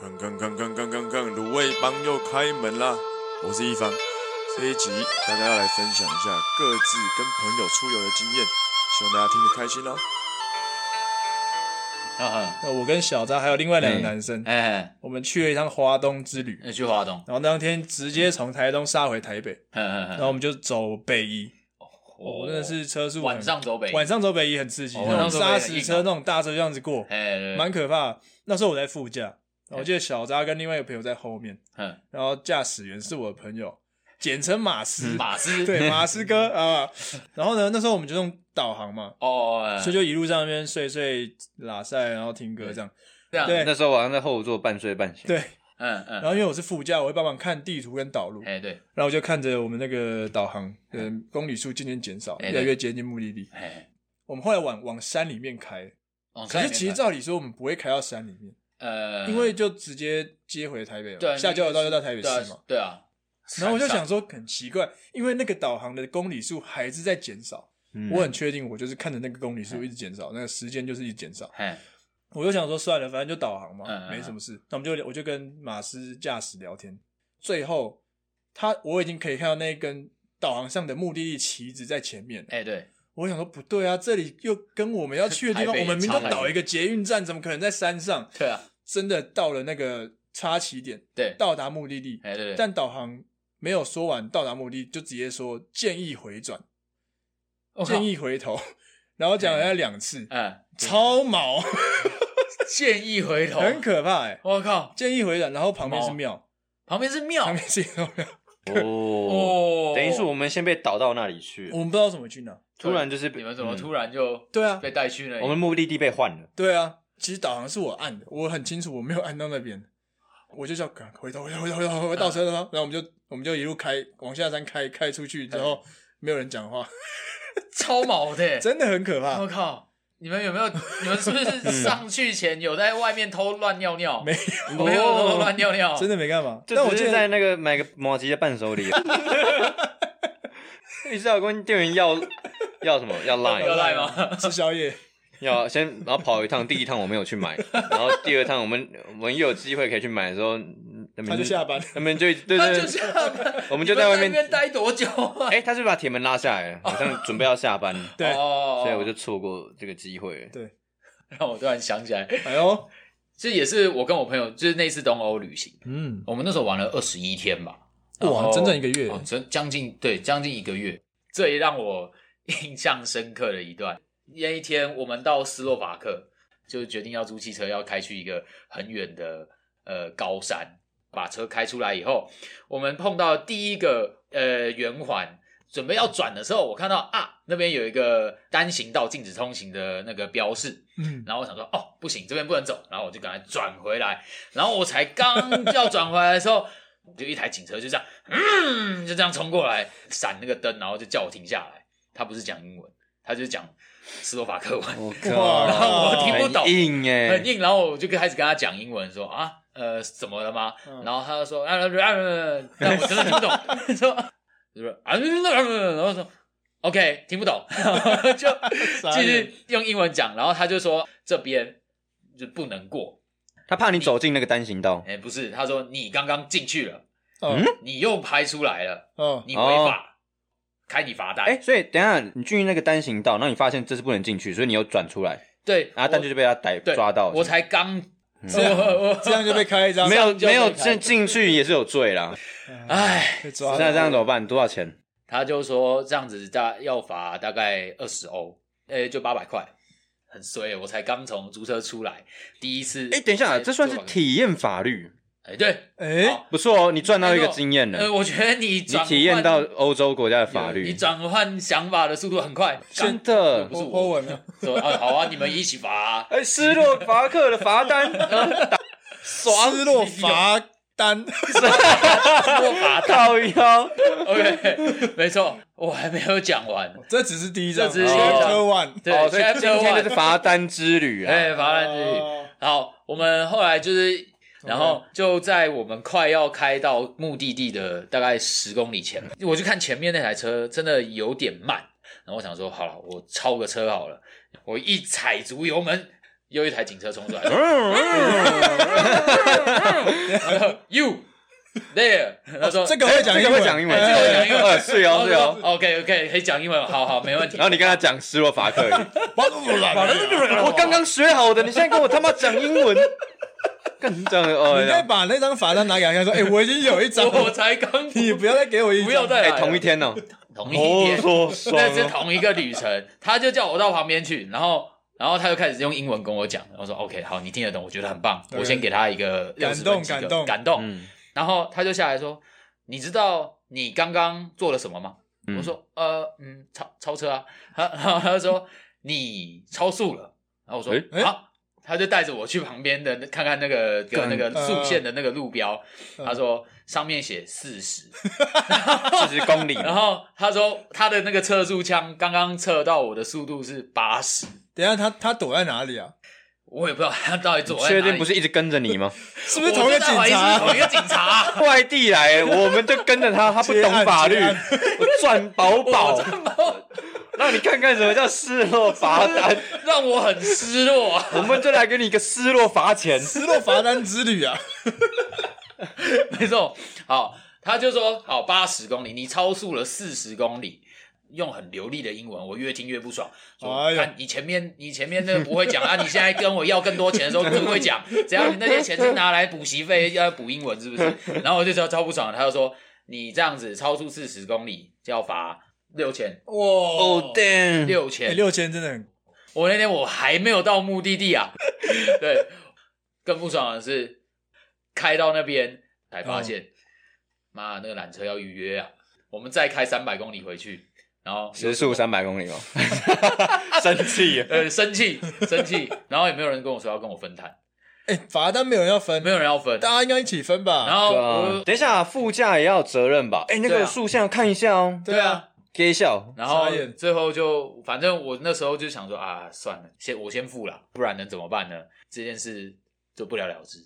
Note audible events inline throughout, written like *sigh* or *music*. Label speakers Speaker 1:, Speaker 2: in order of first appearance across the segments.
Speaker 1: 刚刚刚刚刚刚刚，卤味帮又开门啦！我是一方，这一集大家要来分享一下各自跟朋友出游的经验，希望大家听得开心哦。
Speaker 2: 啊哈，
Speaker 3: 那我跟小扎还有另外两个男生，
Speaker 2: 哎，
Speaker 3: 我们去了一趟华东之旅，
Speaker 2: 那去华东，
Speaker 3: 然后那天直接从台东杀回台北，
Speaker 2: 嗯嗯
Speaker 3: 然后我们就走北宜，
Speaker 2: 我
Speaker 3: 哦，真的哦是车速很
Speaker 2: 晚上走北，
Speaker 3: 晚，上走北宜很刺激，
Speaker 2: 哦
Speaker 3: 那种砂
Speaker 2: 晚上走北宜很
Speaker 3: 石
Speaker 2: 硬
Speaker 3: 车
Speaker 2: 哦
Speaker 3: 那种大车这样子过，
Speaker 2: 哎，对
Speaker 3: 蛮，可怕的。那时候我在副驾，然后我记得小扎跟另外一个朋友在后面，
Speaker 2: 嗯，
Speaker 3: 然后驾驶员是我的朋友，简称马斯，
Speaker 2: 马斯，
Speaker 3: 对，马斯哥啊。然后呢，那时候我们就用导航嘛，
Speaker 2: 哦，哎
Speaker 3: 所以就一路上面睡睡拉塞，然后听歌这样。
Speaker 2: 这样，
Speaker 3: 对
Speaker 4: 那时候我好像在后座半睡半醒。
Speaker 3: 对，
Speaker 2: 嗯
Speaker 3: 然后
Speaker 2: 嗯，
Speaker 3: 因为我是副驾，我会帮忙看地图跟导路，
Speaker 2: 哎对，
Speaker 3: 然后我就看着我们那个导航，嗯，公里数渐渐减少，
Speaker 2: 哎
Speaker 3: 越来越接近目的地。
Speaker 2: 哎，
Speaker 3: 我们后来往往山里面开，
Speaker 2: 哦
Speaker 3: 可
Speaker 2: 看
Speaker 3: 是
Speaker 2: 你
Speaker 3: 其实
Speaker 2: 们
Speaker 3: 照理说我们不会开到山里面，
Speaker 2: 呃，
Speaker 3: 因为就直接接回台北了，
Speaker 2: 对
Speaker 3: 下交流道就到台北
Speaker 2: 对啊
Speaker 3: 市嘛。
Speaker 2: 对啊，
Speaker 3: 然后我就想
Speaker 2: 山上，
Speaker 3: 说很奇怪，因为那个导航的公里数还是在减少，
Speaker 4: 嗯
Speaker 3: 我很确定我就是看着那个公里
Speaker 2: 嗯
Speaker 3: 数一直减少，那个时间就是一直减少。
Speaker 2: 哎，
Speaker 3: 我就想说算了，反正就导航嘛，
Speaker 2: 嗯嗯嗯
Speaker 3: 没什么事。那我们就我就跟马斯驾驶聊天，最后他我已经可以看到那根导航上的目的地旗子在前面。
Speaker 2: 哎对，
Speaker 3: 我想说不对啊，这里又跟我们要去的地
Speaker 2: *laughs* 台
Speaker 3: 方，
Speaker 2: 北
Speaker 3: 我们明明
Speaker 2: 超
Speaker 3: 就
Speaker 2: 台北
Speaker 3: 导一个捷运站，怎么可能在山上？
Speaker 2: 对啊，
Speaker 3: 真的到了那个插旗点，
Speaker 2: 对，
Speaker 3: 到达目
Speaker 2: *laughs*
Speaker 3: 的地，
Speaker 2: 哎对对，
Speaker 3: 但导航没有说完到达目的地，就直接说建议回转，
Speaker 2: 我靠
Speaker 3: 建，议回头， *laughs* 然后讲了要两次，
Speaker 2: 嗯，
Speaker 3: 超毛，
Speaker 2: 建议回
Speaker 3: *laughs*
Speaker 2: 头，
Speaker 3: 很可怕哎、
Speaker 2: 我靠，
Speaker 3: 建议回转，然后旁边是庙，
Speaker 2: 旁边是庙
Speaker 3: 旁，边是一个庙，
Speaker 4: 哦，
Speaker 2: 哦，
Speaker 4: 等于是我们先被导到那里去
Speaker 3: *laughs* 我，们不知道怎么去哪。
Speaker 4: 突然就是
Speaker 2: 你们怎么
Speaker 4: 嗯
Speaker 2: 突然就
Speaker 3: 对啊，
Speaker 2: 被带去了？
Speaker 4: 我们目的地被换了，
Speaker 3: 对啊，其实导航是我按的，我很清楚我没有按到那边，我就叫赶回头回头回头回头回头倒车了吗？然后我们就我们就一路开往下山开开出去之后，没有人讲话，
Speaker 2: 超毛
Speaker 4: *laughs*
Speaker 2: 的，
Speaker 3: 真的很可
Speaker 2: *laughs*
Speaker 3: 怕。
Speaker 2: 我靠！你们有没有？你们是不是上去前有在外面偷乱尿尿？
Speaker 3: 没
Speaker 2: 有，没有偷乱尿尿。
Speaker 3: 真的没干嘛，但
Speaker 4: 就
Speaker 3: 我
Speaker 4: 只
Speaker 3: 记
Speaker 4: 是
Speaker 3: 得
Speaker 4: 在那个买个马吉的伴手礼，于是要跟店员要要什么？要
Speaker 2: 要
Speaker 4: line，
Speaker 2: 赖吗？
Speaker 3: 吃宵 *laughs* 夜，
Speaker 4: 要先然后跑一趟，第一趟我没有去买，然后第二趟我们我们又有机会可以去买的时候，那边
Speaker 3: 他就下班，
Speaker 4: 那边就对
Speaker 2: 他
Speaker 4: 对
Speaker 2: 就
Speaker 4: 对，
Speaker 2: 这
Speaker 4: *laughs*
Speaker 2: 样，
Speaker 4: 我
Speaker 2: 我
Speaker 4: 们就在外面
Speaker 2: 那。边待多久啊？
Speaker 4: 哎，他是不是把铁门拉下来了，好像准备要下班，
Speaker 3: 对，
Speaker 2: 哦，
Speaker 4: 所以我就错过这个机会了。
Speaker 2: 让我突然想起来，
Speaker 3: 哎呦，
Speaker 2: 这也是我跟我朋友，就是那次东欧旅行，
Speaker 3: 嗯，
Speaker 2: 我们那时候玩了二十一天吧，然
Speaker 3: 哇，
Speaker 2: 后
Speaker 3: 整整一个月
Speaker 2: 哦，整将近对将近一个月，这也让我印象深刻的一段。那一天我们到斯洛伐克，就决定要租汽车，要开去一个很远的呃高山。把车开出来以后，我们碰到第一个呃圆环，准备要转的时候，我看到啊那边有一个单行道禁止通行的那个标示，
Speaker 3: 嗯，
Speaker 2: 然后我想说，哦，不行，这边不能走，然后我就赶快转回来，然后我才刚要转回来的时候，就一台警车就这样，嗯，就这样冲过来，闪那个灯，然后就叫我停下来。他不是讲英文，他就是讲斯洛伐克文，
Speaker 4: 我
Speaker 3: 哇
Speaker 2: 我听不懂
Speaker 4: 很硬哎、
Speaker 2: 很硬。然后我就开始跟他讲英文，说啊，呃，怎么了吗？
Speaker 3: 嗯
Speaker 2: 然后他就说，啊，啊啊啊但我真的听不懂，说，就是啊，啊啊啊然后说，OK，听不懂，就继续用英文讲。然后他就说这边就不能过，
Speaker 4: 他怕你走进那个单行道，
Speaker 2: 哎，不是，他说你刚刚进去了，
Speaker 3: 嗯
Speaker 2: 你又拍出来了，
Speaker 3: 嗯，
Speaker 2: 你违法，开你罚单。
Speaker 4: 哦哎、所以等一下你进去那个单行道，然后你发现这是不能进去，所以你又转出来，
Speaker 2: 对，
Speaker 4: 然后啊但
Speaker 2: 我
Speaker 4: 就被他逮
Speaker 2: 对
Speaker 4: 抓到，嗯
Speaker 2: 我才刚，
Speaker 3: 这样
Speaker 2: 我
Speaker 3: 这样就被开一张，
Speaker 4: 没有
Speaker 2: 就
Speaker 4: 没有
Speaker 2: 被开
Speaker 4: 进进去也是有罪啦。
Speaker 2: 哎。
Speaker 3: 被抓
Speaker 4: 那
Speaker 3: 了，
Speaker 4: 这样怎么办？多少钱？
Speaker 2: 他就说这样子大要罚大概二十欧，呃、就八百块，很衰。我才刚从租车出来，第一次。
Speaker 4: 哎、等一下，
Speaker 2: 在
Speaker 4: 这算是
Speaker 2: 做法
Speaker 4: 体验法律，
Speaker 2: 哎、对，
Speaker 3: 哎
Speaker 2: 好，
Speaker 4: 不错哦，你赚到一个经验
Speaker 2: 呃，
Speaker 4: 了，
Speaker 2: 我觉得你
Speaker 4: 你
Speaker 2: 转换
Speaker 4: 体验到欧洲国家的法
Speaker 2: 你
Speaker 4: 律，
Speaker 2: 转呃换想法的速度很快，
Speaker 4: 真
Speaker 2: 刚
Speaker 4: 的
Speaker 2: 不。是
Speaker 3: 泼
Speaker 2: 我
Speaker 3: 文
Speaker 2: *laughs*
Speaker 3: 了，
Speaker 2: 说啊，好啊，你们一起罚 *laughs* 啊、
Speaker 4: 哎、斯洛伐克的罚
Speaker 2: *laughs*
Speaker 4: 单，
Speaker 3: 失落罚单，
Speaker 2: 我罚他。
Speaker 4: 靠腰，
Speaker 2: OK，没错，我还没有讲完。
Speaker 3: *laughs* 这只是第一张，哦
Speaker 2: 这只是第
Speaker 4: 一张
Speaker 3: Chapter One，
Speaker 2: 对，
Speaker 4: 哦，所以
Speaker 2: chapter
Speaker 4: 今天
Speaker 2: one
Speaker 4: 就是罚单之旅啊。
Speaker 2: 哎，罚单之旅。
Speaker 3: 哦
Speaker 2: 好，我们后来就是，然后就在我们快要开到目的地的大概十公里前，我就看前面那台车真的有点慢，然后我想说，好了，我超个车好了，我
Speaker 4: *laughs* 嗯
Speaker 2: 一踩足油门，又一台警车冲出来，
Speaker 4: 嗯嗯嗯
Speaker 2: *laughs* you
Speaker 4: *laughs*
Speaker 2: there，他说
Speaker 3: 这个会讲
Speaker 4: 这
Speaker 3: 英
Speaker 4: 个
Speaker 3: 文，
Speaker 4: 会讲英文，
Speaker 2: 哎这个会讲英文
Speaker 4: 哎是哦是哦。
Speaker 2: ，OK OK，可以讲英文，好好，没问题。
Speaker 4: *laughs* 然后你跟他讲斯洛伐克语，我
Speaker 3: 啊我
Speaker 4: 刚刚学好的，你现在跟我他妈讲英文，更这样哦
Speaker 3: 你应该
Speaker 4: 呀。
Speaker 3: 把那张罚单拿给他看，说：“哎、我已经有一张了，
Speaker 2: 我才刚，
Speaker 3: 你不要再给我一张，
Speaker 2: 不要再来
Speaker 4: 哎，
Speaker 2: 了
Speaker 4: 同一天哦，
Speaker 2: 啊同一
Speaker 4: 哦，
Speaker 2: 天，
Speaker 4: 说
Speaker 3: *laughs*
Speaker 2: *laughs*
Speaker 4: 爽
Speaker 2: 那是
Speaker 4: 哦，
Speaker 2: 同一个旅程，他就叫我到旁边去，然后。然后他就开始用英文跟我讲，我说 OK，好，你听得懂，我觉得很棒，
Speaker 3: 对
Speaker 2: 我先给他一个
Speaker 3: 感
Speaker 2: 60
Speaker 3: 动
Speaker 2: 分及格
Speaker 3: 感动
Speaker 2: 感动，
Speaker 4: 嗯，
Speaker 2: 然后他就下来说：“你知道你刚刚做了什么吗？”
Speaker 4: 嗯
Speaker 2: 我说：“呃，嗯，超超车啊。” *laughs* 他然后他就说：“你超速了。”然后我说：“
Speaker 4: 诶
Speaker 3: 诶
Speaker 2: 好。”他就带着我去旁边的那看看那个
Speaker 4: 干
Speaker 2: 那
Speaker 3: 呃
Speaker 2: 个速线的那个路标，
Speaker 3: 嗯
Speaker 2: 他说上面写四十，
Speaker 4: 四十公里，
Speaker 2: *laughs* 然后他说他的那个测速枪刚刚测到我的速度是八十，
Speaker 3: 等一下他他躲在哪里啊？
Speaker 2: 我也不知道他到底走在哪里，
Speaker 4: 确定不是一直跟着你吗？
Speaker 3: 是
Speaker 2: 我
Speaker 3: 不是
Speaker 2: 就
Speaker 3: 同一个
Speaker 2: 在
Speaker 3: 警
Speaker 2: 怀疑是不是
Speaker 3: 察？
Speaker 2: 同一个警察
Speaker 3: *laughs*
Speaker 2: 啊，
Speaker 4: 外地来，我们就跟着他，他不懂法律，
Speaker 3: 接案
Speaker 4: 我赚饱饱，让你看看什么叫失落罚单，
Speaker 2: 让我很失落啊。
Speaker 4: 我们就来给你一个失落罚钱。
Speaker 3: 失落罚单之旅啊！
Speaker 2: *laughs* 没错，好，他就说好八十公里，你超速了四十公里，用很流利的英文，我越听越不爽。说啊
Speaker 3: 哎呦
Speaker 2: 看你前面你前面那个不会讲啊，你现在跟我要更多钱的时候更会讲，只要你那些钱是拿来补习费要补英文是不是？然后我就超超不爽，他就说你这样子超速四十公里就要罚六千
Speaker 3: 哇，
Speaker 4: 哦、d a m
Speaker 2: 六
Speaker 3: 哎
Speaker 2: 千，
Speaker 3: 六千真的很
Speaker 2: 我那天我还没有到目的地啊，对，更不爽的是开到那边才发现，妈、那个缆车要预约啊，我们再开三百公里回去，然后
Speaker 4: 时速三百公里哦， *laughs* 啊生气。
Speaker 2: 呃生气生气，然后也没有人跟我说要跟我分摊，
Speaker 3: 哎，罚单没有人要分，
Speaker 2: 没有人要分，
Speaker 3: 大家应该一起分吧？
Speaker 2: 然后
Speaker 4: 对
Speaker 2: 我、
Speaker 4: 啊，等一下，副驾也要有责任吧？哎、那
Speaker 2: 对啊
Speaker 4: 个竖向看一下哦，
Speaker 2: 对啊，
Speaker 4: 给一下哦。
Speaker 2: 然后
Speaker 3: 傻眼
Speaker 2: 最后就，反正我那时候就想说啊，算了，先我先付了，不然能怎么办呢？这件事就不了了之。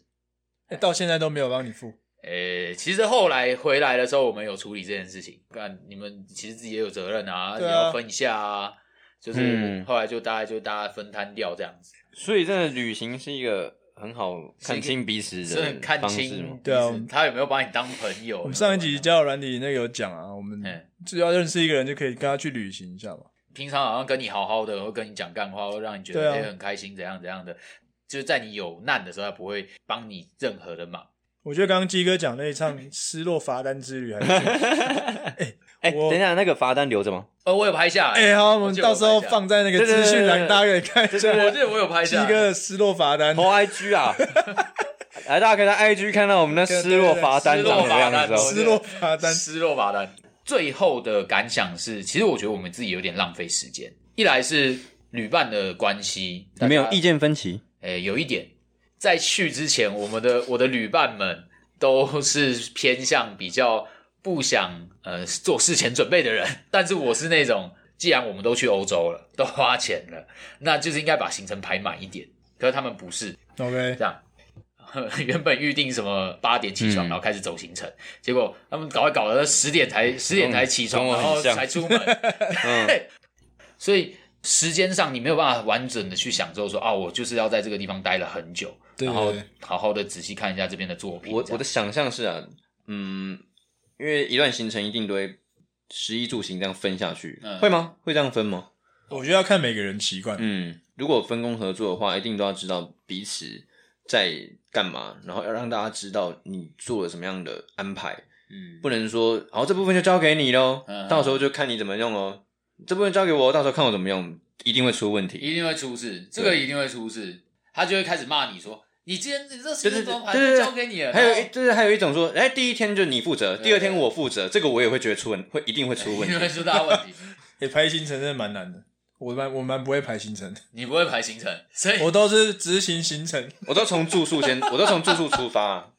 Speaker 3: 哎到现在都没有帮你付，
Speaker 2: 诶、其实后来回来的时候，我们有处理这件事情。干，你们其实自己也有责任啊，
Speaker 3: 对啊
Speaker 2: 你要分一下啊。就是
Speaker 4: 嗯
Speaker 2: 后来就大概就大家分摊掉这样子，
Speaker 4: 所以，真的旅行是一个很好看清彼此
Speaker 2: 是
Speaker 4: 的
Speaker 2: 很看
Speaker 4: 方式
Speaker 2: 清
Speaker 4: 吗
Speaker 2: 彼此。
Speaker 3: 对啊我们
Speaker 2: 他有没有把你当朋友？
Speaker 3: 我们上一集
Speaker 2: 有没有
Speaker 3: 交友软体那个有讲啊，我们
Speaker 2: 把你当，嗯，
Speaker 3: 只要认识一个人就可以跟他去旅行一下嘛。
Speaker 2: 平常好像跟你好好的，会跟你讲干话，会让你觉得
Speaker 3: 对啊
Speaker 2: 诶很开心，怎样怎样的。就是在你有难的时候，他不会帮你任何的忙。
Speaker 3: 我觉得刚刚鸡哥讲那一趟失落罚单之旅还不错，
Speaker 4: 哎、
Speaker 3: 我
Speaker 4: 等一下，那个罚单留着吗？
Speaker 2: 呃，我有拍下来，
Speaker 3: 哎，好，我
Speaker 2: 我
Speaker 3: 们
Speaker 2: 记得有
Speaker 3: 到时候
Speaker 2: 拍下来
Speaker 3: 放在那个资讯栏，
Speaker 4: 对对对对对
Speaker 3: 大家可以看一
Speaker 2: 我
Speaker 3: 下
Speaker 2: 记得我有拍
Speaker 3: 鸡
Speaker 2: 下来。
Speaker 3: 哥的失落罚单
Speaker 4: 投。IG *laughs* 啊，来，大家可以在 IG 看到我们的失落罚单长什么样子
Speaker 2: 对对对
Speaker 4: 哦。
Speaker 3: 失落罚单，
Speaker 2: 失落罚单。最后的感想是，其实我觉得我们自己有点浪费时间。一来是旅伴的关系，
Speaker 4: 你们有
Speaker 2: 大
Speaker 4: 意
Speaker 2: 家，
Speaker 4: 见分歧？
Speaker 2: 诶、有一点，在去之前，我们的我的旅伴们都是偏向比较不想呃做事前准备的人， *laughs* 但是我是那种，既然我们都去欧洲了，都花钱了，那就是应该把行程排满一点。可是他们不是，
Speaker 3: OK，
Speaker 2: 这样。 *laughs* 原本预定什么八点起床，
Speaker 4: 嗯
Speaker 2: 然后开始走行程，结果他们搞一搞的十点
Speaker 4: 嗯
Speaker 2: 才十点才起床，
Speaker 4: 跟我
Speaker 2: 然后
Speaker 4: 很像
Speaker 2: 才出门，
Speaker 4: *laughs* 嗯，
Speaker 2: 所以时间上你没有办法完整的去享受说啊，我就是要在这个地方待了很久，
Speaker 3: 对
Speaker 2: 然后
Speaker 3: 对对
Speaker 2: 好好的仔细看一下这边的作品。
Speaker 4: 我
Speaker 2: 这样
Speaker 4: 我的想象是啊，嗯，因为一段行程一定都会食衣住行这样分下去，
Speaker 2: 嗯
Speaker 4: 会吗？会这样分吗？
Speaker 3: 我觉得要看每个人习惯。
Speaker 4: 嗯，如果分工合作的话，一定都要知道彼此在干嘛，然后要让大家知道你做了什么样的安排，
Speaker 2: 嗯
Speaker 4: 不能说好这部分就交给你喽，
Speaker 2: 嗯
Speaker 4: 到时候就看你怎么用哦。这部分交给我，到时候看我怎么用，一定会出问题。
Speaker 2: 一定会出事，这个一定会出事，他就会开始骂你说你今天你这时
Speaker 4: 对
Speaker 2: 间
Speaker 4: 对对
Speaker 2: 怎么
Speaker 4: 对
Speaker 2: 排
Speaker 4: 对
Speaker 2: 就
Speaker 4: 对，
Speaker 2: 交给你了，
Speaker 4: 还有
Speaker 2: 啊然后
Speaker 4: 一就是还有一种说，哎，第一天就你负责，
Speaker 2: 对
Speaker 4: 第二天我负责，这个我也会觉得出问，会一定会出
Speaker 2: 一
Speaker 4: 问题
Speaker 2: *laughs* 定。会出大问题，
Speaker 3: 也哎排行程真的蛮难的，我蛮我蛮不会排行程的， *laughs*
Speaker 2: 你不会排行程，所以
Speaker 3: 我都是执行行程
Speaker 4: 我都从住宿先，我都从住宿出发、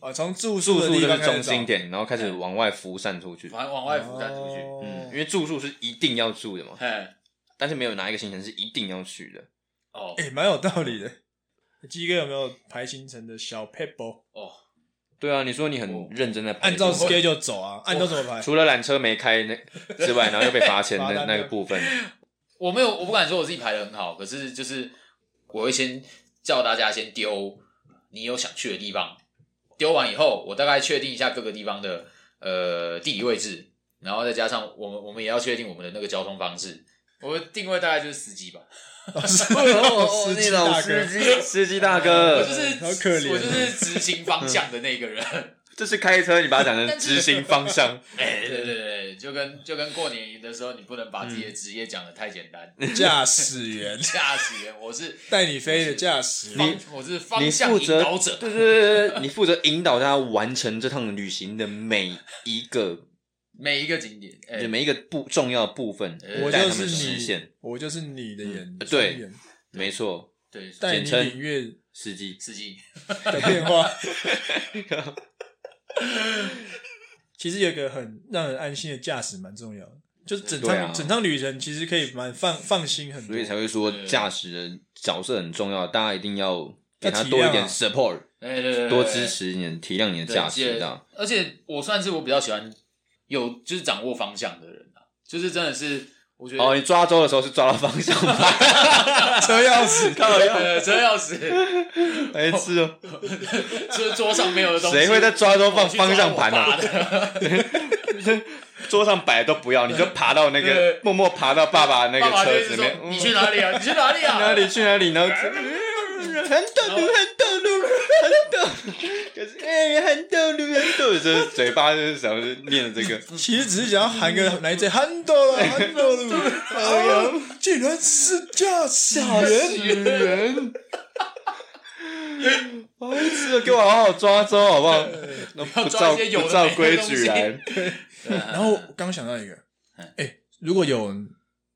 Speaker 3: 啊，从住宿
Speaker 4: 住
Speaker 3: 的
Speaker 4: 宿
Speaker 3: 地
Speaker 4: 就
Speaker 3: 方
Speaker 4: 是
Speaker 3: 开始
Speaker 4: 中
Speaker 3: 找
Speaker 4: 心，点，然后开始往外浮散出去。
Speaker 2: 往往外浮散出去。
Speaker 3: 哦
Speaker 4: 嗯，因为住宿是一定要住的嘛，
Speaker 2: 嘿，
Speaker 4: 但是没有哪一个行程是一定要去的。
Speaker 2: 哦
Speaker 3: 哎，蛮有道理的。鸡哥有没有排行程的小 paper？
Speaker 2: 哦，
Speaker 4: 对啊，你说你
Speaker 2: 我
Speaker 4: 很认真在排
Speaker 3: 按照
Speaker 4: 行程
Speaker 3: schedule 走啊，按照怎么排？
Speaker 4: 除了缆车没开那
Speaker 3: *laughs*
Speaker 4: 之外，然后又被罚钱
Speaker 3: 罚
Speaker 4: 的
Speaker 3: 单
Speaker 4: 那个部分，
Speaker 2: 我没有，我不敢说我自己排的很好，可是就是我会先叫大家先丢你有想去的地方，丢完以后，我大概确定一下各个地方的呃地理位置，然后再加上我们我们也要确定我们的那个交通方式。我们定位大概就是司机吧，
Speaker 3: *laughs*
Speaker 4: 哦，
Speaker 3: 司
Speaker 4: 那
Speaker 3: 机
Speaker 4: 老
Speaker 3: 大
Speaker 4: 司
Speaker 3: 哥，
Speaker 4: 机， *laughs* 司机大
Speaker 2: 我
Speaker 3: *laughs*
Speaker 4: 哥
Speaker 2: 就，是
Speaker 3: 好可怜
Speaker 2: 我就是执行方向的那个人。
Speaker 4: 这是开车，你把它讲成执行
Speaker 3: *laughs*
Speaker 4: 方向，
Speaker 2: 哎、对对对，就跟就跟过年的时候，你不能把自己的职业讲的太简单。
Speaker 3: 驾驶员，
Speaker 2: 驾驶员，我是
Speaker 3: 带你飞的驾驶员，
Speaker 2: 方，我是方
Speaker 4: 你
Speaker 2: 向
Speaker 4: 负
Speaker 2: 引
Speaker 4: 责
Speaker 2: 导者，
Speaker 4: 对对对对，你负责引导他完成这趟旅行的每一个，
Speaker 2: 每一个景点，哎、
Speaker 4: 就每一个部重要部分
Speaker 2: 对，
Speaker 3: 哎我
Speaker 4: 呃带
Speaker 3: 就
Speaker 4: 他们
Speaker 3: 是
Speaker 4: 实
Speaker 3: 你
Speaker 4: 现。，
Speaker 3: 我就是你的眼，
Speaker 4: 呃对
Speaker 3: 双眼，
Speaker 4: 没错，
Speaker 2: 对，所以
Speaker 3: 带你
Speaker 4: 简称
Speaker 3: 领略
Speaker 4: 司机。
Speaker 2: 司机，
Speaker 3: 的变
Speaker 4: *laughs*
Speaker 3: 化。其实有一个很让人安心的驾驶蛮重要的，就是整
Speaker 4: 对
Speaker 3: 趟、
Speaker 4: 啊
Speaker 3: 整趟旅程其实可以蛮放放心很多，
Speaker 4: 所以才会说
Speaker 2: 对
Speaker 4: 驾驶的角色很重要，大家一定要给他
Speaker 3: 要体谅啊
Speaker 4: 多一点 support，
Speaker 2: 哎、对对对，对
Speaker 4: 多支。持你的，体谅你的
Speaker 2: 对
Speaker 4: 驾驶
Speaker 2: 而
Speaker 4: 的。
Speaker 2: 且而且我算是我比较喜欢有就是掌握方向的人啊，就是真的是我觉得
Speaker 4: 哦，你抓周的时候是抓到方向
Speaker 3: *laughs*
Speaker 4: 盘，
Speaker 3: 车钥匙
Speaker 4: *laughs*
Speaker 2: 呃车钥匙，
Speaker 4: 白痴哦，
Speaker 2: 就是桌上没有的东西，
Speaker 4: 谁会在抓周放
Speaker 2: 我去抓
Speaker 4: 方向盘
Speaker 2: 我爸
Speaker 4: 啊？
Speaker 2: 的
Speaker 4: 桌上摆的都不要，你就爬到那个
Speaker 2: 对
Speaker 4: 默默爬到爸爸那
Speaker 2: 爸
Speaker 4: 个
Speaker 2: 爸就
Speaker 4: 车
Speaker 2: 一
Speaker 4: 子
Speaker 2: 直
Speaker 4: 里
Speaker 2: 说
Speaker 4: 面，嗯
Speaker 2: 你去哪里啊？你去哪里啊？
Speaker 4: *laughs* 哪里去哪里，然后就很陡路，很陡路，很陡，就是哎，很陡路，很陡，就是嘴巴就是想就是念着
Speaker 2: *laughs*
Speaker 4: 这个，
Speaker 3: 其实只是想要喊个来一句 handle 了 handle 了，哎呀，竟然是驾驶员，
Speaker 4: 人。白痴，哦给我好好抓周好不好？那不
Speaker 2: 抓
Speaker 4: 照
Speaker 2: 一些有的
Speaker 4: 不照
Speaker 2: 没的
Speaker 4: 规
Speaker 2: 东
Speaker 4: 矩
Speaker 2: 西
Speaker 4: 来，
Speaker 2: 对啊
Speaker 3: *laughs* 然后我刚想到一个，
Speaker 2: 嗯
Speaker 3: 哎、如果有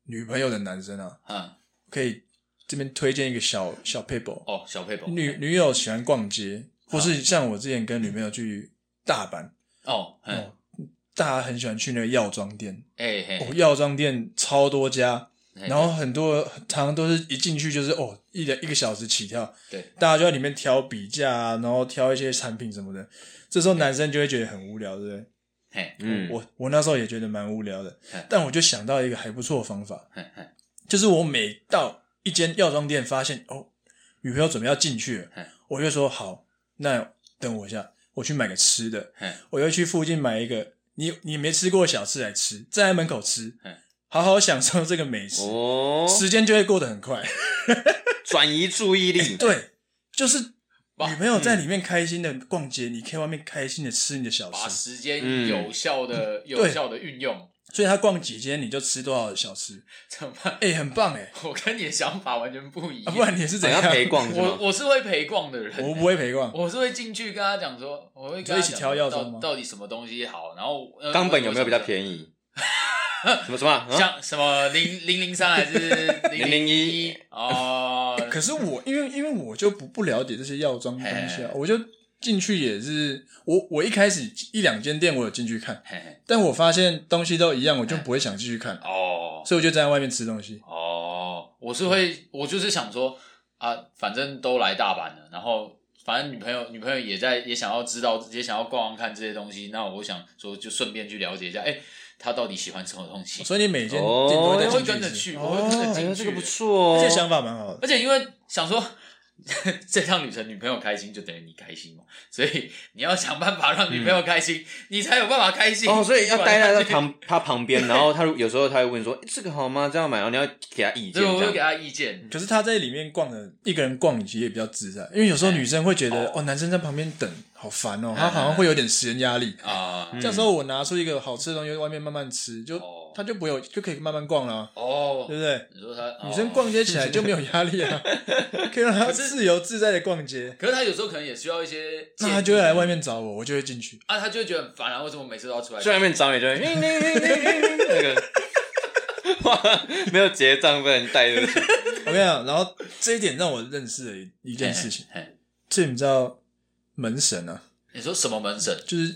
Speaker 3: 女朋友的男生啊，
Speaker 2: *laughs* 嗯，
Speaker 3: 可以这边推荐一个小小 paper，
Speaker 2: 哦，小佩宝
Speaker 3: 女女友喜欢逛街，或是像我之前跟女朋友去大阪，
Speaker 2: 哦，嗯
Speaker 3: 哦，大家很喜欢去那个药妆店，
Speaker 2: 哎嘿
Speaker 3: 哦，，药妆店超多家，
Speaker 2: 嘿
Speaker 3: 然后很多常常都是一进去就是哦，一两一个小时起跳，
Speaker 2: 对，
Speaker 3: 大家就在里面挑笔架啊，然后挑一些产品什么的。这时候男生就会觉得很无聊，对不对？
Speaker 2: 嘿，
Speaker 4: 嗯，
Speaker 3: 我我那时候也觉得蛮无聊的
Speaker 2: 嗯，
Speaker 3: 但我就想到一个还不错的方法，
Speaker 2: 嘿嘿，
Speaker 3: 就是我每到一间药妆店，发现哦，女朋友准备要进去了
Speaker 2: 嗯，
Speaker 3: 我就说好，那等我一下，我去买个吃的，
Speaker 2: 嘿，
Speaker 3: 我又去附近买一个你你没吃过的小吃来吃，站在门口吃
Speaker 2: 嗯，
Speaker 3: 好好享受这个美食，
Speaker 4: 哦，
Speaker 3: 时间就会过得很快。
Speaker 4: 转移注意力，
Speaker 3: 对，就是
Speaker 2: 哇嗯
Speaker 3: 女朋友在里面开心的逛街，你可以外面开心的吃你的小
Speaker 2: 把
Speaker 3: 吃，
Speaker 2: 时间
Speaker 4: 嗯
Speaker 2: 有效的、有效的运用，
Speaker 3: 所以她逛几间你就吃多少的小吃，
Speaker 2: 怎么办？ *laughs*
Speaker 3: 哎、很棒哎、
Speaker 2: 我跟你的想法完全不一
Speaker 3: 啊，
Speaker 2: 样。
Speaker 3: 不然你是怎
Speaker 4: 怎
Speaker 3: 样
Speaker 4: 样陪？逛是
Speaker 2: 我
Speaker 4: 吗？
Speaker 2: 我是会陪逛的人，
Speaker 3: 我不会陪逛，
Speaker 2: 我是会进去跟他讲说，我会跟他
Speaker 3: 你就一起挑药妆吗
Speaker 2: 讲到到底什么东西好，然后呃
Speaker 4: 冈本有没有比较
Speaker 2: 宜？
Speaker 4: 便宜？什么什么啊？
Speaker 2: 像什么零零零三还是零
Speaker 4: 001
Speaker 2: 哦，
Speaker 3: 哎可是我因为因为我就不不了解这些药妆东西
Speaker 2: 嘿
Speaker 3: 啊，我就进去也是我我一开始一两间店我有进去看，
Speaker 2: 嘿嘿
Speaker 3: 但我发现东西都一样，我
Speaker 2: 嗯
Speaker 3: 就不会想继续看，
Speaker 2: 哦
Speaker 3: 所以我就站在外面吃东西。
Speaker 2: 哦，我是会，我就是想说啊，反正都来大阪了，然后反正女朋友女朋友也在也想要知道，也想要逛逛看这些东西，那我想说就顺便去了解一下，哎，她到底喜欢什么东西，
Speaker 3: 所以你每间店都会带
Speaker 4: 哦
Speaker 3: 进
Speaker 2: 我会跟着
Speaker 3: 吃
Speaker 2: 去
Speaker 3: 哦
Speaker 2: 我会跟着
Speaker 4: 哎
Speaker 2: 进
Speaker 4: 呦，
Speaker 2: 去
Speaker 4: 这个不错哦
Speaker 3: 这。想法蛮好的。
Speaker 2: 而且因为想说 *laughs* 这趟旅程女朋友开心就等于你开心嘛，所以你要想办法让
Speaker 3: 嗯
Speaker 2: 女朋友开心，你才有办法开心
Speaker 4: 哦，所以要待在他
Speaker 2: 这。
Speaker 4: 旁他旁边，然后他有时候他会问说：“诶这个好吗？这样买？”然后你要给他意
Speaker 2: 所
Speaker 4: 见，
Speaker 2: 以我
Speaker 4: 这
Speaker 2: 会给
Speaker 4: 样
Speaker 2: 她意见，
Speaker 3: 可是他在里面逛的，一个人逛其实也比较自在，因为有时候女生会觉得
Speaker 2: 哦嗯
Speaker 3: 哦，男生在旁边等好烦哦，他好像会有点时间压力。
Speaker 2: 啊、
Speaker 4: 嗯
Speaker 3: 这时候我拿出一个好吃的东西，外面慢慢吃，就
Speaker 2: 哦
Speaker 3: 他就不会有，就可以慢慢逛了啊，
Speaker 2: 哦
Speaker 3: 对，不对？
Speaker 2: 你说她
Speaker 3: 女生逛
Speaker 2: 哦
Speaker 3: 街起来就没有压力
Speaker 2: *laughs*
Speaker 3: 啊，可以让她
Speaker 2: 可是
Speaker 3: 自由自在的逛街。
Speaker 2: 可是她有时候可能也需要一些
Speaker 3: 那
Speaker 2: 建议，
Speaker 3: 她就会来外面找我，我就会进去。
Speaker 2: 啊，她就会觉得很烦啊，为什么每次都要出来？
Speaker 4: 去外面找你就会那个。哇，没有结账不能带进去。
Speaker 3: 我跟你讲，然后这一点让我认识了一一件事情，
Speaker 2: 嘿，嘿
Speaker 3: 这你知道门神啊，
Speaker 2: 你说什么门神？
Speaker 3: 就是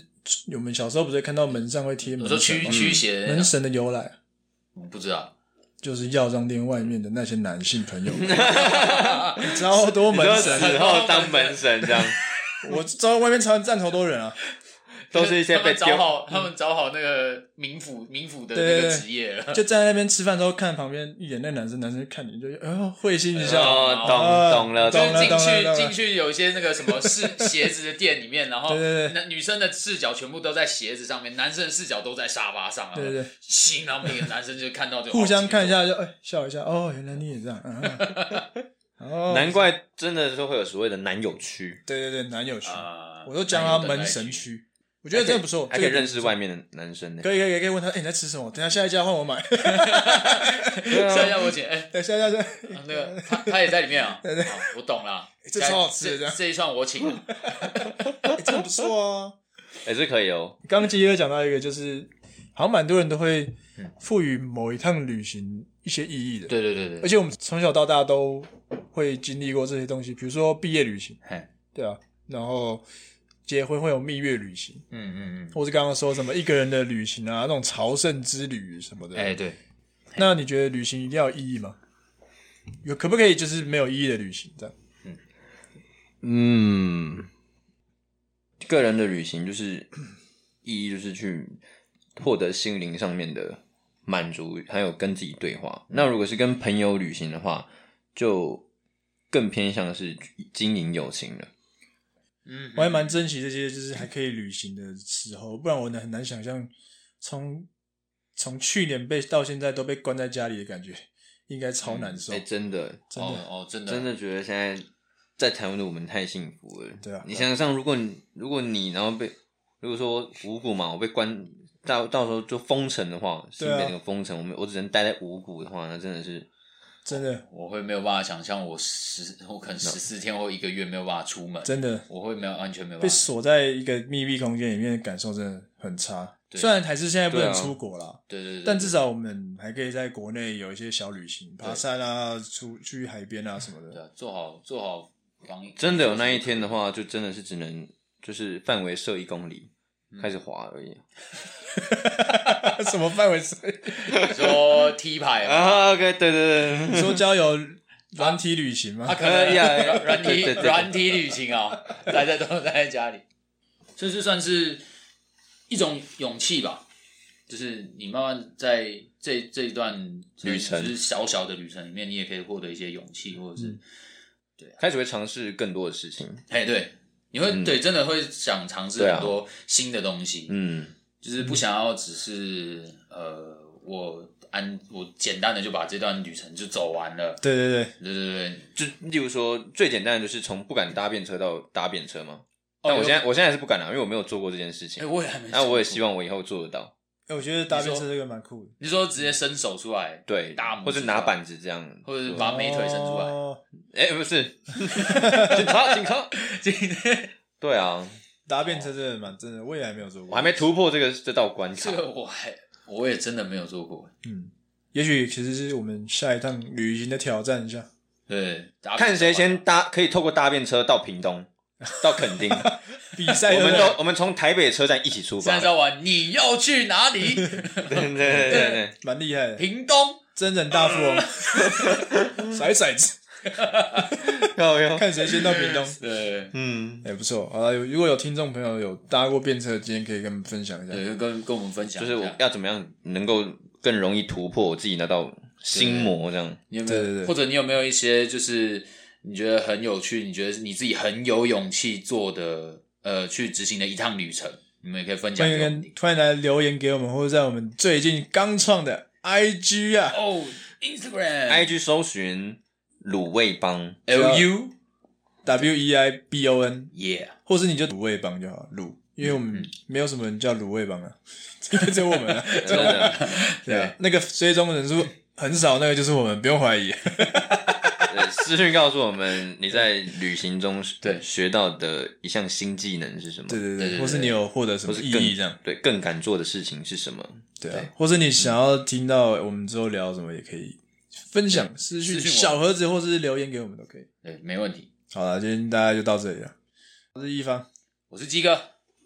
Speaker 3: 我们小时候不是看到门上会贴门
Speaker 2: 我说
Speaker 3: 神
Speaker 2: 驱
Speaker 3: 吗
Speaker 2: 驱邪的那
Speaker 3: 门
Speaker 2: 种，
Speaker 3: 神的由来。
Speaker 2: 我不知道。
Speaker 3: 就是药妆店外面的那些男性朋友，超多
Speaker 4: 你
Speaker 3: 门
Speaker 4: 说
Speaker 3: 神，
Speaker 4: 死后当门神这样，
Speaker 3: 我知道外面超站超多人啊，
Speaker 4: 都是一
Speaker 2: *laughs*
Speaker 4: 些
Speaker 2: 他们
Speaker 4: 被
Speaker 2: 找
Speaker 4: 丢
Speaker 2: 好，他们找好那个民府民府的
Speaker 3: 嗯对
Speaker 2: 那
Speaker 3: 对
Speaker 2: 个
Speaker 3: 对
Speaker 2: 职业了。
Speaker 3: 就站在那边吃饭之后看旁边演那男生，男生看你就呃会心一笑，
Speaker 4: 哦，
Speaker 3: 啊
Speaker 4: 懂懂了，
Speaker 2: 就
Speaker 4: 懂
Speaker 2: 是
Speaker 3: 了
Speaker 4: 了。
Speaker 2: 进
Speaker 3: 懂
Speaker 2: 去
Speaker 3: 懂
Speaker 2: 进去有一些那个什么是鞋子的店里面，然后
Speaker 3: *laughs* 对对对
Speaker 2: 那女生的视角全部都在鞋子上面，男生的视角都在沙发上啊。
Speaker 3: 对对对
Speaker 2: 吸引到每个男生就看到这
Speaker 3: 互相看一下就哎、笑一下，哦，原来你也这样，嗯、哦，
Speaker 4: 难怪真的是会有所谓的男友区，
Speaker 3: 对对对，男友区，
Speaker 2: 啊，
Speaker 3: 我都叫他门神区，我觉得
Speaker 4: 还可以
Speaker 3: 真的不错，
Speaker 4: 还可以
Speaker 3: 这个
Speaker 4: 认识外面的男生呢。
Speaker 3: 可以可以可以问他，哎、你在吃什么？等一下下一家换我买， *laughs*
Speaker 2: 对 *laughs* 啊。这样我姐，哎，
Speaker 3: 等一下下一家，
Speaker 2: 那个他他也在里面啊。
Speaker 3: *laughs* 对对
Speaker 2: 好我懂了，
Speaker 3: 这超好吃的这
Speaker 2: 这
Speaker 3: 样
Speaker 2: 这一串我请了。
Speaker 3: 哎真的不错啊。
Speaker 4: 也是可以哦。
Speaker 3: 刚刚其实有讲到一个，就是好像蛮多人都会赋予某一趟旅行一些意义的，
Speaker 2: *laughs* 嗯对对对
Speaker 3: 而
Speaker 2: 对，
Speaker 3: 且我们从小到大都会经历过这些东西，比如说毕业旅行，
Speaker 2: 嘿
Speaker 3: 对啊，然后结婚会有蜜月旅行，
Speaker 2: 嗯嗯
Speaker 3: 或是刚刚说什么一个人的旅行啊，那种朝圣之旅什么的。
Speaker 2: 嗯，哎对，
Speaker 3: 那你觉得旅行一定要有意义吗？有可不可以就是没有意义的旅行这样？
Speaker 4: 嗯，个人的旅行就是意义，就是去获得心灵上面的满足，还有跟自己对话。那如果是跟朋友旅行的话，就更偏向是经营友情了。
Speaker 2: 嗯，
Speaker 3: 我还蛮珍惜这些，就是还可以旅行的时候，不然我很难想象从从去年被到现在都被关在家里的感觉，应该
Speaker 2: 嗯
Speaker 3: 超难受。
Speaker 4: 哎、真的，
Speaker 3: 真的
Speaker 2: 哦哦，真的
Speaker 4: 真的觉得现在在台湾的我们太幸福了。
Speaker 3: 对啊
Speaker 4: 你想想，如果你如果你然后被如果说五谷嘛，我被关到到时候就封城的话，新
Speaker 3: 对啊
Speaker 4: 北那个封城，我们我只能待在五谷的话，那真的是
Speaker 3: 真的
Speaker 2: 我会没有办法想象，我十我可能十四天或一个月没有办法出门，
Speaker 3: 真的
Speaker 2: 我会没有完全没有
Speaker 3: 被
Speaker 2: 办法。
Speaker 3: 锁在一个密闭空间里面，感受真的很差。
Speaker 2: 对
Speaker 3: 虽然还是现在不能
Speaker 4: 对啊
Speaker 3: 出国啦，
Speaker 2: 对对对，
Speaker 3: 但至
Speaker 2: 是
Speaker 3: 少我们还可以在国内有一些小旅行，爬山啊，出去海边啊什么
Speaker 2: 对
Speaker 3: 的。
Speaker 2: 啊，做好做好防疫，
Speaker 4: 真的有那一天的话，就真的是只能就是范围设一公里。开始滑而已
Speaker 2: 啊
Speaker 3: *laughs* 什么范围？
Speaker 2: 你说 T 牌啊，
Speaker 4: *laughs* 啊！OK，对对对
Speaker 3: 你说交友软体旅行吗
Speaker 2: 他？啊可
Speaker 4: 哎
Speaker 2: 能
Speaker 4: 呀
Speaker 2: 软软体
Speaker 4: 对对对
Speaker 2: 软体旅行
Speaker 4: *laughs*
Speaker 2: 啊，大家都待在家里，这就算是一种勇气吧。就是你慢慢在这这一段
Speaker 4: 旅程嗯
Speaker 2: 就是小小的旅程里面，你也可以获得一些勇气，或者是
Speaker 4: *laughs* 开始会尝试更多的
Speaker 2: *laughs*
Speaker 4: 事情。
Speaker 2: 哎，对，你会、对真的会想尝试
Speaker 4: 嗯对啊
Speaker 2: 很多新的东西，
Speaker 4: 嗯，
Speaker 2: 就是不想要只是呃，我安我简单的就把这段旅程就走完了，
Speaker 3: 对对对，
Speaker 2: 对对对，
Speaker 4: 就例如说，最简单的就是从不敢搭便车到搭便车嘛。
Speaker 2: 哦
Speaker 4: 但我现在
Speaker 2: 有
Speaker 4: 我现在还是不敢啊，因为我没有做过这件事
Speaker 2: 哎、
Speaker 4: 情。
Speaker 2: 我也还没，
Speaker 4: 那我也希，望我以后做得到，
Speaker 3: 哎，我觉得搭便车这个蛮酷的，
Speaker 2: 你说直接伸手出来，
Speaker 4: 对，
Speaker 2: 大拇指
Speaker 4: 或者拿板子这样，
Speaker 2: 或者是把美腿伸出来，
Speaker 3: 哦
Speaker 4: 哎、不是，警察，警察，
Speaker 2: 今天
Speaker 4: 对啊，
Speaker 3: 搭便车真的蛮真的，我也还没有做过。
Speaker 4: 我还没突破这个这道关卡
Speaker 2: 这，个我还我也真的没有做过，
Speaker 3: 嗯，也许其实是我们下一趟旅行的挑战一
Speaker 4: *laughs*
Speaker 3: 下。
Speaker 2: 对，
Speaker 4: 看谁先搭，可以透过搭便车到屏东，到垦丁，我
Speaker 3: 比赛对不
Speaker 4: 们
Speaker 3: 对
Speaker 4: 都我们从台北车站一起出发
Speaker 2: 三，招完，你要去哪里？
Speaker 4: 啊 *laughs* 对对对对对，
Speaker 3: 蛮厉害的，
Speaker 2: 屏东，
Speaker 3: 真人大富翁，
Speaker 4: *laughs*
Speaker 3: 甩骰子，
Speaker 4: 要要，
Speaker 3: 看谁先到屏东。
Speaker 2: 对。
Speaker 4: 嗯，
Speaker 3: 哎，不错，好了，有如果有听众朋友有搭过便车的经验，今天可以跟我们分享一下。
Speaker 2: 对，跟跟我们分享
Speaker 4: 就
Speaker 2: 一
Speaker 4: 是
Speaker 2: 下，
Speaker 4: 我要怎么样能够更容易突破我自己那道心魔这样，
Speaker 2: 你有没
Speaker 3: 对
Speaker 2: 有？
Speaker 3: 对对
Speaker 2: 或者你有没有一些就是你觉得很有趣，你觉得是你自己很有勇气做的，呃，去执行的一趟旅程，你们也可以分享
Speaker 3: 欢迎
Speaker 2: 给我
Speaker 3: 跟
Speaker 2: 们。
Speaker 3: 欢迎来留言给我们，或者在我们最近刚创的 IG 啊，
Speaker 2: 哦，Instagram
Speaker 4: I G 搜寻卤味 *laughs* 帮，
Speaker 2: L
Speaker 4: 哦
Speaker 2: U
Speaker 3: W E I B O N，
Speaker 2: Yeah，
Speaker 3: 或是你就卤味帮就好了，卤，因为我
Speaker 4: 嗯
Speaker 3: 们没有什么人叫卤味帮啊， *laughs* 这个只有我们啊，
Speaker 4: *laughs*
Speaker 2: *laughs*
Speaker 4: 真的，
Speaker 3: 对啊，那个追踪人数很少，那个就是我们，不用怀疑。
Speaker 4: 对呃私讯告诉我们你在旅行中
Speaker 2: 对
Speaker 4: 学到的一项新技能是什么，
Speaker 3: 对对
Speaker 2: 对对
Speaker 3: 对， *laughs* 或是你有获得什
Speaker 4: 或
Speaker 3: 么
Speaker 4: 是
Speaker 3: 意
Speaker 4: 更
Speaker 3: 义这样，
Speaker 4: 对更敢做的事情是什么？
Speaker 3: 对啊，或是你想要听到我们之后聊什么，也可以分享私讯
Speaker 2: 私讯我
Speaker 3: 小盒子，或是留言给我们都可以。
Speaker 2: 对，没问题。
Speaker 3: 好了，今天大家就到这里了，我是一方，
Speaker 2: 我是鸡哥，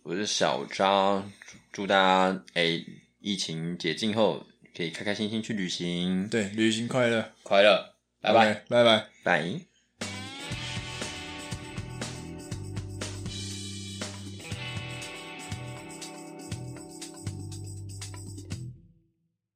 Speaker 4: 我是小张，祝大家诶、疫情解禁后可以开开心心去旅行，
Speaker 3: 对，旅行快乐，
Speaker 2: 快乐，拜拜。
Speaker 3: OK，拜拜。
Speaker 4: 拜。